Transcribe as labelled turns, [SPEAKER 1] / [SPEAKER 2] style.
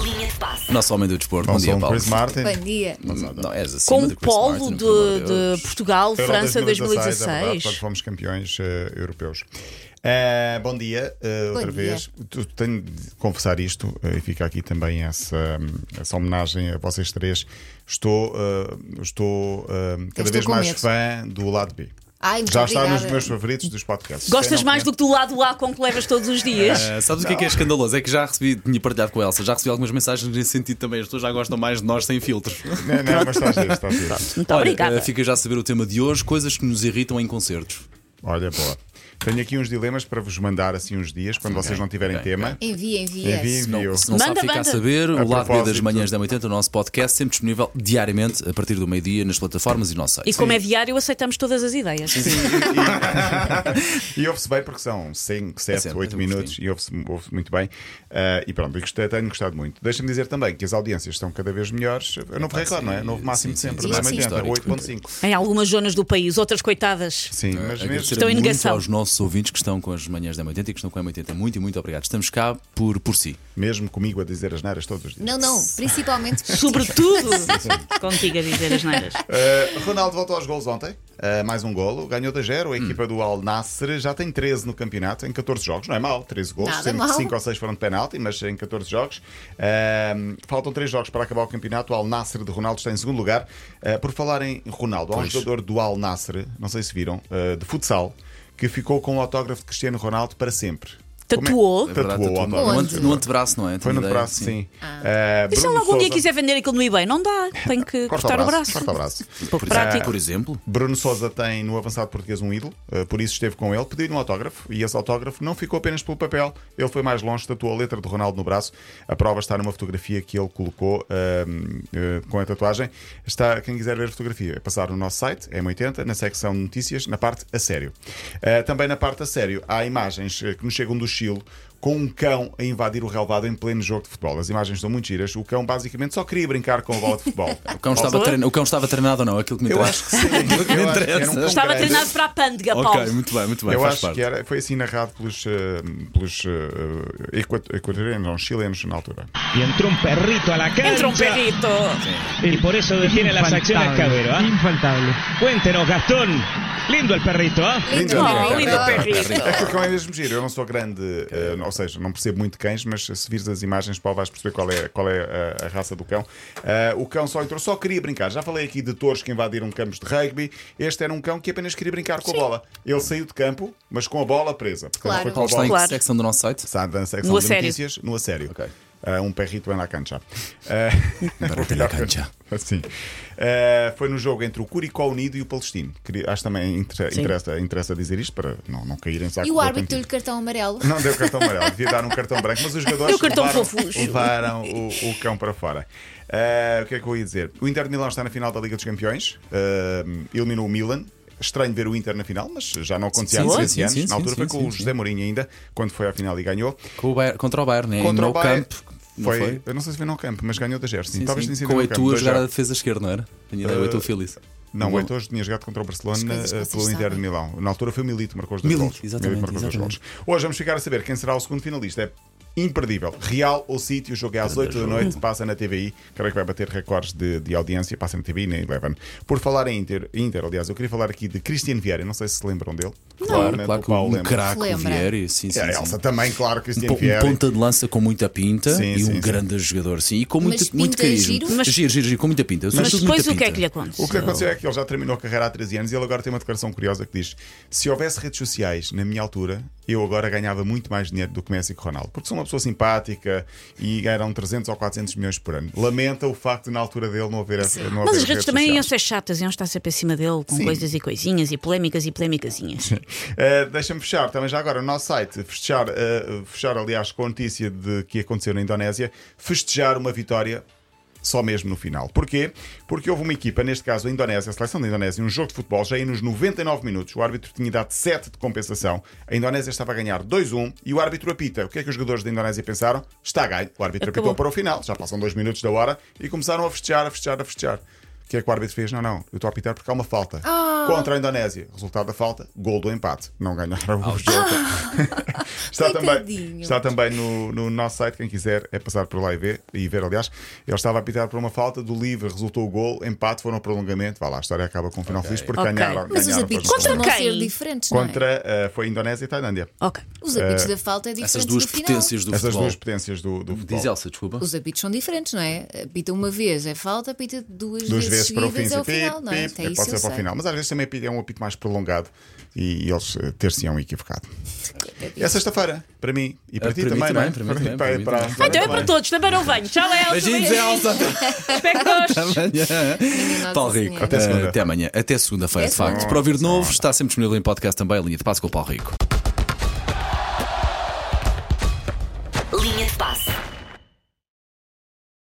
[SPEAKER 1] Linha de passe.
[SPEAKER 2] Nosso homem do desporto.
[SPEAKER 3] Não
[SPEAKER 2] Bom dia,
[SPEAKER 3] sou um
[SPEAKER 2] Paulo.
[SPEAKER 3] Chris Martin.
[SPEAKER 4] Bom dia.
[SPEAKER 2] Não, és acima
[SPEAKER 5] Com
[SPEAKER 2] do
[SPEAKER 5] o
[SPEAKER 2] Chris
[SPEAKER 5] polo
[SPEAKER 2] Martin,
[SPEAKER 5] de,
[SPEAKER 2] pelo amor de Deus.
[SPEAKER 5] de Portugal,
[SPEAKER 3] Euro
[SPEAKER 5] França
[SPEAKER 3] 2016, É verdade, quando
[SPEAKER 5] 2016.
[SPEAKER 3] fomos campeões eh, europeus. Eh, bom dia, eh, outra
[SPEAKER 4] dia.
[SPEAKER 3] vez. Tu- Tenho de confessar isto eh, e fica aqui também essa, hum, essa homenagem a vocês três. Estou, eh, estou eh, cada
[SPEAKER 4] estou
[SPEAKER 3] vez
[SPEAKER 4] com
[SPEAKER 3] mais
[SPEAKER 4] medo.
[SPEAKER 3] fã do lado B.
[SPEAKER 4] Ai, muito
[SPEAKER 3] Já está nos
[SPEAKER 4] obrigada.
[SPEAKER 3] meus favoritos dos podcasts.
[SPEAKER 5] Gostas
[SPEAKER 3] Quem não
[SPEAKER 5] mais
[SPEAKER 3] conhece-
[SPEAKER 5] do que do lado A com que levas todos os dias?
[SPEAKER 2] Ah, sabes o que é que é escandaloso? É que já recebi, tinha partilhado com a Elsa, já recebi algumas mensagens nesse sentido também. As pessoas já gostam mais de nós sem filtros.
[SPEAKER 3] Não, não, mas está a giro, está a giro.
[SPEAKER 5] Muito
[SPEAKER 2] Olha,
[SPEAKER 5] Então, obrigada.
[SPEAKER 2] ah, fica já a saber o tema de hoje: coisas que nos irritam em concertos.
[SPEAKER 3] Olha, boa. Tenho aqui uns dilemas para vos mandar assim uns dias, quando vocês não tiverem
[SPEAKER 2] ok,
[SPEAKER 3] tema.
[SPEAKER 4] Envia, envia.
[SPEAKER 3] Enviem,
[SPEAKER 2] é. Se não,
[SPEAKER 3] envio.
[SPEAKER 2] se não
[SPEAKER 5] Manda,
[SPEAKER 2] sabe, fica a
[SPEAKER 5] manda.
[SPEAKER 2] saber.
[SPEAKER 3] A
[SPEAKER 2] o lado B das
[SPEAKER 3] propósito.
[SPEAKER 2] manhãs da 80, o nosso podcast, sempre disponível diariamente, a partir do meio-dia, nas plataformas e no nosso site.
[SPEAKER 5] E como é diário, aceitamos todas as ideias.
[SPEAKER 3] E ouve-se bem porque são 5,
[SPEAKER 2] É
[SPEAKER 3] 7,
[SPEAKER 2] sempre
[SPEAKER 3] 8
[SPEAKER 2] muito
[SPEAKER 3] minutos e ouve-se ouve-se muito bem. Ah, e pronto, eu gostei, tenho gostado muito. Deixa-me dizer também que as audiências estão cada vez melhores. Eu não vou reclamar, não é? Novo máximo de
[SPEAKER 2] sim,
[SPEAKER 3] sempre,
[SPEAKER 2] sim,
[SPEAKER 3] da
[SPEAKER 4] sim, sim.
[SPEAKER 3] 80,
[SPEAKER 2] Histórico.
[SPEAKER 3] 8.5.
[SPEAKER 5] Em algumas zonas do país, outras coitadas.
[SPEAKER 3] Sim, mas
[SPEAKER 2] É, Agradecer
[SPEAKER 3] mesmo.
[SPEAKER 5] Estou em
[SPEAKER 2] muito
[SPEAKER 5] negação.
[SPEAKER 2] aos nossos ouvintes que estão com as manhãs da 80 e que estão com a 80. Muito e muito obrigado. Estamos cá por, por si.
[SPEAKER 3] mesmo comigo a dizer as neiras todos os dias.
[SPEAKER 4] Não, não, principalmente.
[SPEAKER 5] Sobretudo contigo a dizer as neiras.
[SPEAKER 3] Ah, Ronaldo voltou aos golos ontem. Ah, mais um golo, ganhou 2 0. A equipa do Al Nasser já tem 13 no campeonato, em 14 jogos, não é mal, 13 golos,
[SPEAKER 4] Nada
[SPEAKER 3] sendo
[SPEAKER 4] mal.
[SPEAKER 3] que 5 ou 6 foram de penalti, mas em 14 jogos. Ah, faltam 3 jogos para acabar o campeonato. O Al Nasser de Ronaldo está em segundo lugar. Ah, por falar em Ronaldo, há um
[SPEAKER 2] Pois.
[SPEAKER 3] jogador do Al Nasser, não sei se viram, ah, de futsal, que ficou com o autógrafo de Cristiano Ronaldo para sempre.
[SPEAKER 5] Tatuou.
[SPEAKER 3] Como
[SPEAKER 2] É
[SPEAKER 3] é?
[SPEAKER 2] verdade,
[SPEAKER 3] Tatuou o
[SPEAKER 2] tatuou.
[SPEAKER 3] autógrafo.
[SPEAKER 2] No
[SPEAKER 4] Onde?
[SPEAKER 2] ante- no antebraço, não é?
[SPEAKER 3] Foi
[SPEAKER 2] Tenho
[SPEAKER 3] no
[SPEAKER 2] ideia,
[SPEAKER 3] braço, sim. Ah,
[SPEAKER 5] E se ele
[SPEAKER 3] Bruno
[SPEAKER 5] algum um dia
[SPEAKER 3] Sousa-
[SPEAKER 5] quiser vender aquilo no eBay, não dá. Tem que
[SPEAKER 3] Corta
[SPEAKER 5] cortar
[SPEAKER 3] o braço,
[SPEAKER 5] o
[SPEAKER 3] corta o braço.
[SPEAKER 5] Pouco
[SPEAKER 2] Por exemplo,
[SPEAKER 5] prático.
[SPEAKER 2] por exemplo,
[SPEAKER 3] Bruno Sousa tem no avançado português um ídolo, eh, por isso esteve com ele, pediu-lhe um autógrafo e esse autógrafo não ficou apenas pelo papel, ele foi mais longe, tatuou a letra de Ronaldo no braço. A prova está numa fotografia que ele colocou ehm, eh, com a tatuagem. Está, quem quiser ver a fotografia, é passar no nosso site, M80, na secção de notícias, na parte a sério. Eh, também na parte a sério há imagens eh, que nos chegam do Chile com um cão a invadir o relvado em pleno jogo de futebol. As imagens são muito giras. O cão basicamente só queria brincar com a bola de futebol.
[SPEAKER 2] o cão, estava trein- o cão estava treinado ou não? Aquilo que me
[SPEAKER 3] Eu
[SPEAKER 2] interessa.
[SPEAKER 3] acho que sim.
[SPEAKER 2] Aquilo que me
[SPEAKER 3] Eu acho que era um
[SPEAKER 2] interessa.
[SPEAKER 3] cão
[SPEAKER 5] Estava
[SPEAKER 3] grande.
[SPEAKER 5] treinado para a pândega,
[SPEAKER 2] Ok,
[SPEAKER 5] Paulo.
[SPEAKER 2] muito bem, muito bem.
[SPEAKER 3] Eu
[SPEAKER 2] faz
[SPEAKER 3] acho
[SPEAKER 2] parte.
[SPEAKER 3] que era, foi assim narrado pelos, eh, pelos eh, equat- equatorianos, não, chilenos na altura.
[SPEAKER 6] Y entró un perrito a la cancha.
[SPEAKER 5] Entra um perrito.
[SPEAKER 6] Y por eso detiene las acciones Cabero. ¿ah?
[SPEAKER 7] Infaltable.
[SPEAKER 6] Cuéntenos, Gastón. Lindo el perrito, ¿ah?
[SPEAKER 4] Lindo,
[SPEAKER 5] Oh,
[SPEAKER 4] lindo.
[SPEAKER 5] lindo
[SPEAKER 3] É
[SPEAKER 5] perrito.
[SPEAKER 3] que o cão é mesmo giro. Eu não sou grande, eh, ou seja, não percebo muito cães, mas se vires as imagens, Paulo, vais perceber qual é, qual é a, a raça do cão. Eh, o cão só entrou, só queria brincar. Já falei aqui de touros que invadiram campos de rugby. Este era um cão que apenas queria brincar com a bola. Ele saiu de campo, mas com a bola presa. Portanto,
[SPEAKER 4] Claro.
[SPEAKER 3] foi com a
[SPEAKER 2] Paulo está em
[SPEAKER 5] Claro.
[SPEAKER 2] que secção do nosso site?
[SPEAKER 3] Está na secção
[SPEAKER 5] No
[SPEAKER 3] de
[SPEAKER 5] Assério.
[SPEAKER 3] notícias, no assério.
[SPEAKER 2] Ok.
[SPEAKER 3] Ah, um perrito na cancha. um
[SPEAKER 2] perrito en la cancha.
[SPEAKER 3] Sim. Ah, foi no jogo entre o Curicó Unido e o Palestino. Queria- Acho que também inter- interessa, interessa dizer isto para não, não caírem em saco
[SPEAKER 4] E o
[SPEAKER 3] roto
[SPEAKER 4] árbitro
[SPEAKER 3] em
[SPEAKER 4] deu-lhe
[SPEAKER 3] ti.
[SPEAKER 4] cartão amarelo.
[SPEAKER 3] Não deu cartão amarelo, devia dar um cartão branco, mas os jogadores
[SPEAKER 5] Deu cartão
[SPEAKER 3] levaram,
[SPEAKER 5] fofucho.
[SPEAKER 3] levaram o, o cão para fora. Ah, o que é que eu ia dizer? O Inter de Milão está na final da Liga dos Campeões, Ah, eliminou o Milan. Estranho ver o Inter na final, mas já não acontecia
[SPEAKER 2] Sim,
[SPEAKER 3] há
[SPEAKER 2] sim,
[SPEAKER 3] 13
[SPEAKER 2] sim,
[SPEAKER 3] anos.
[SPEAKER 2] sim,
[SPEAKER 3] na altura
[SPEAKER 2] sim,
[SPEAKER 3] foi
[SPEAKER 2] sim,
[SPEAKER 3] com
[SPEAKER 2] sim,
[SPEAKER 3] o
[SPEAKER 2] sim.
[SPEAKER 3] José Mourinho ainda, quando foi à final e ganhou
[SPEAKER 2] Com o Bayern- contra o Bayern, né?
[SPEAKER 3] contra
[SPEAKER 2] no
[SPEAKER 3] o Bayern.
[SPEAKER 2] campo. não
[SPEAKER 3] Foi, eu não sei se foi no campo, mas ganhou da Gerson.
[SPEAKER 2] Sim,
[SPEAKER 3] Talvez
[SPEAKER 2] sim.
[SPEAKER 3] tenha sido
[SPEAKER 2] Com o
[SPEAKER 3] no
[SPEAKER 2] Eitu
[SPEAKER 3] campo,
[SPEAKER 2] a
[SPEAKER 3] dois
[SPEAKER 2] jogar a
[SPEAKER 3] já.
[SPEAKER 2] defesa esquerda, não era? Tinha ideia, o Eitu Félix.
[SPEAKER 3] Não, o
[SPEAKER 2] Bom.
[SPEAKER 3] Eitor tinha jogado contra o Barcelona
[SPEAKER 4] coisas que
[SPEAKER 3] eh,
[SPEAKER 4] vocês
[SPEAKER 3] pelo Inter de
[SPEAKER 4] sabem.
[SPEAKER 3] Milão. Na altura foi o Milito, que marcou os dois
[SPEAKER 2] é? Milito,
[SPEAKER 3] golos.
[SPEAKER 2] exatamente,
[SPEAKER 3] Milito marcou os dois
[SPEAKER 2] exatamente.
[SPEAKER 3] golos. Hoje vamos ficar a saber quem será o segundo finalista. É imperdível. Real ou City, o jogo é às 8 da noite, passa na TVI. Creio que vai bater recordes de, de audiência, passa na TVI e na Eleven. Por falar em Inter, Inter, aliás, eu queria falar aqui de Cristiano Vieira. Não sei se se lembram dele.
[SPEAKER 2] Claro,
[SPEAKER 3] Né,
[SPEAKER 2] claro
[SPEAKER 3] do
[SPEAKER 2] que
[SPEAKER 3] Paulo
[SPEAKER 2] o
[SPEAKER 3] lembra.
[SPEAKER 2] craque o
[SPEAKER 4] Lembra.
[SPEAKER 2] Vieri, sim, sim.
[SPEAKER 3] A
[SPEAKER 2] sim.
[SPEAKER 3] Elsa também, claro, Cristiano
[SPEAKER 2] Po- Um
[SPEAKER 3] Vieira.
[SPEAKER 2] ponta de lança com muita pinta
[SPEAKER 3] Sim,
[SPEAKER 2] e um
[SPEAKER 3] sim,
[SPEAKER 2] grande jogador, sim, e com
[SPEAKER 4] Mas
[SPEAKER 2] muito, muito
[SPEAKER 4] pinta
[SPEAKER 2] carisma.
[SPEAKER 4] giro?
[SPEAKER 2] Mas...
[SPEAKER 5] Mas-
[SPEAKER 2] Giro, giro, giro, com muita pinta.
[SPEAKER 5] Mas
[SPEAKER 2] Sobretudo
[SPEAKER 5] depois
[SPEAKER 2] muita
[SPEAKER 5] o que é
[SPEAKER 2] pinta.
[SPEAKER 5] que lhe acontece?
[SPEAKER 3] O que aconteceu é que ele já terminou a carreira há 13 anos e ele agora tem uma declaração curiosa que diz: Se houvesse redes sociais na minha altura, eu agora ganhava muito mais dinheiro do que Messi e que Ronaldo, porque sou uma pessoa simpática e ganharam 300 ou 400 milhões por ano. Lamenta o facto de na altura dele não haver essa. Não
[SPEAKER 5] Mas
[SPEAKER 3] haver
[SPEAKER 5] as redes também iam
[SPEAKER 3] sociais.
[SPEAKER 5] ser chatas, iam estar sempre acima dele, com
[SPEAKER 3] Sim.
[SPEAKER 5] coisas e coisinhas, e polémicas e polémicasinhas.
[SPEAKER 3] Uh, Deixa-me fechar também já agora o nosso site, fechar, uh, fechar aliás com a notícia de que aconteceu na Indonésia, festejar uma vitória só mesmo no final. Porquê? Porque houve uma equipa, neste caso a Indonésia, a seleção da Indonésia, um jogo de futebol, já aí nos 99 minutos, o árbitro tinha dado 7 de compensação, a Indonésia estava a ganhar 2-1 e o árbitro apita. O que é que os jogadores da Indonésia pensaram? Está ganho. O árbitro
[SPEAKER 5] Acabou.
[SPEAKER 3] apitou para o final, já passam 2 minutos da hora e começaram a festejar, a festejar, a festejar. O que é que o árbitro fez? Não, não, eu estou a apitar porque há uma falta. Contra a Indonésia. Resultado da falta, gol do empate. Não ganharam o jogo. está, também,
[SPEAKER 4] Coitadinho.
[SPEAKER 3] está também no, no nosso site, quem quiser é passar por lá e ver, e ver, aliás. Ele estava a apitar por uma falta do livre, resultou o gol, empate, foram ao prolongamento. Vá lá, a história acaba com um final feliz porque
[SPEAKER 5] Ok.
[SPEAKER 3] ganharam.
[SPEAKER 4] Mas os
[SPEAKER 3] ganharam
[SPEAKER 4] apitos
[SPEAKER 3] depois no
[SPEAKER 4] costumam
[SPEAKER 3] prolongamento.
[SPEAKER 5] Contra
[SPEAKER 4] ser
[SPEAKER 5] quem?
[SPEAKER 4] diferentes, não é?
[SPEAKER 3] Contra, eh, foi a Indonésia e Tailândia.
[SPEAKER 5] Ok.
[SPEAKER 4] Os apitos da falta é diferente
[SPEAKER 2] Essas duas
[SPEAKER 4] do final.
[SPEAKER 2] potências do
[SPEAKER 3] Essas
[SPEAKER 2] futebol.
[SPEAKER 3] duas potências do, do futebol.
[SPEAKER 2] Diz Elsa, desculpa.
[SPEAKER 4] Os apitos são diferentes, não é? Apita uma vez é falta, apita duas,
[SPEAKER 3] Duas vezes
[SPEAKER 4] vezes,
[SPEAKER 3] para o fim,
[SPEAKER 4] seguidas é o
[SPEAKER 3] pip,
[SPEAKER 4] final, não é?
[SPEAKER 3] pip,
[SPEAKER 4] Até isso
[SPEAKER 3] pode ser
[SPEAKER 4] eu
[SPEAKER 3] para o
[SPEAKER 4] sei.
[SPEAKER 3] final. Mas às vezes também é um apito mais prolongado e, eles eh, ter-se-iam equivocado. É sexta-feira, para mim e para
[SPEAKER 2] Ah,
[SPEAKER 3] ti
[SPEAKER 2] para mim
[SPEAKER 3] também, não é?
[SPEAKER 2] também, para mim também, para mim também.
[SPEAKER 4] Ah,
[SPEAKER 5] Então é para todos, também não venho. Tchau, Elsa.
[SPEAKER 2] Beijinhos, Elsa. Até
[SPEAKER 5] Espero que gostes.
[SPEAKER 2] amanhã. Paulo Rico.
[SPEAKER 4] Até
[SPEAKER 2] eh,
[SPEAKER 3] segunda.
[SPEAKER 2] Até amanhã. Até segunda-feira,
[SPEAKER 4] Até
[SPEAKER 2] de facto.
[SPEAKER 4] segunda.
[SPEAKER 2] Para ouvir de novo, está sempre disponível em podcast também a linha de passo com o Paulo Rico.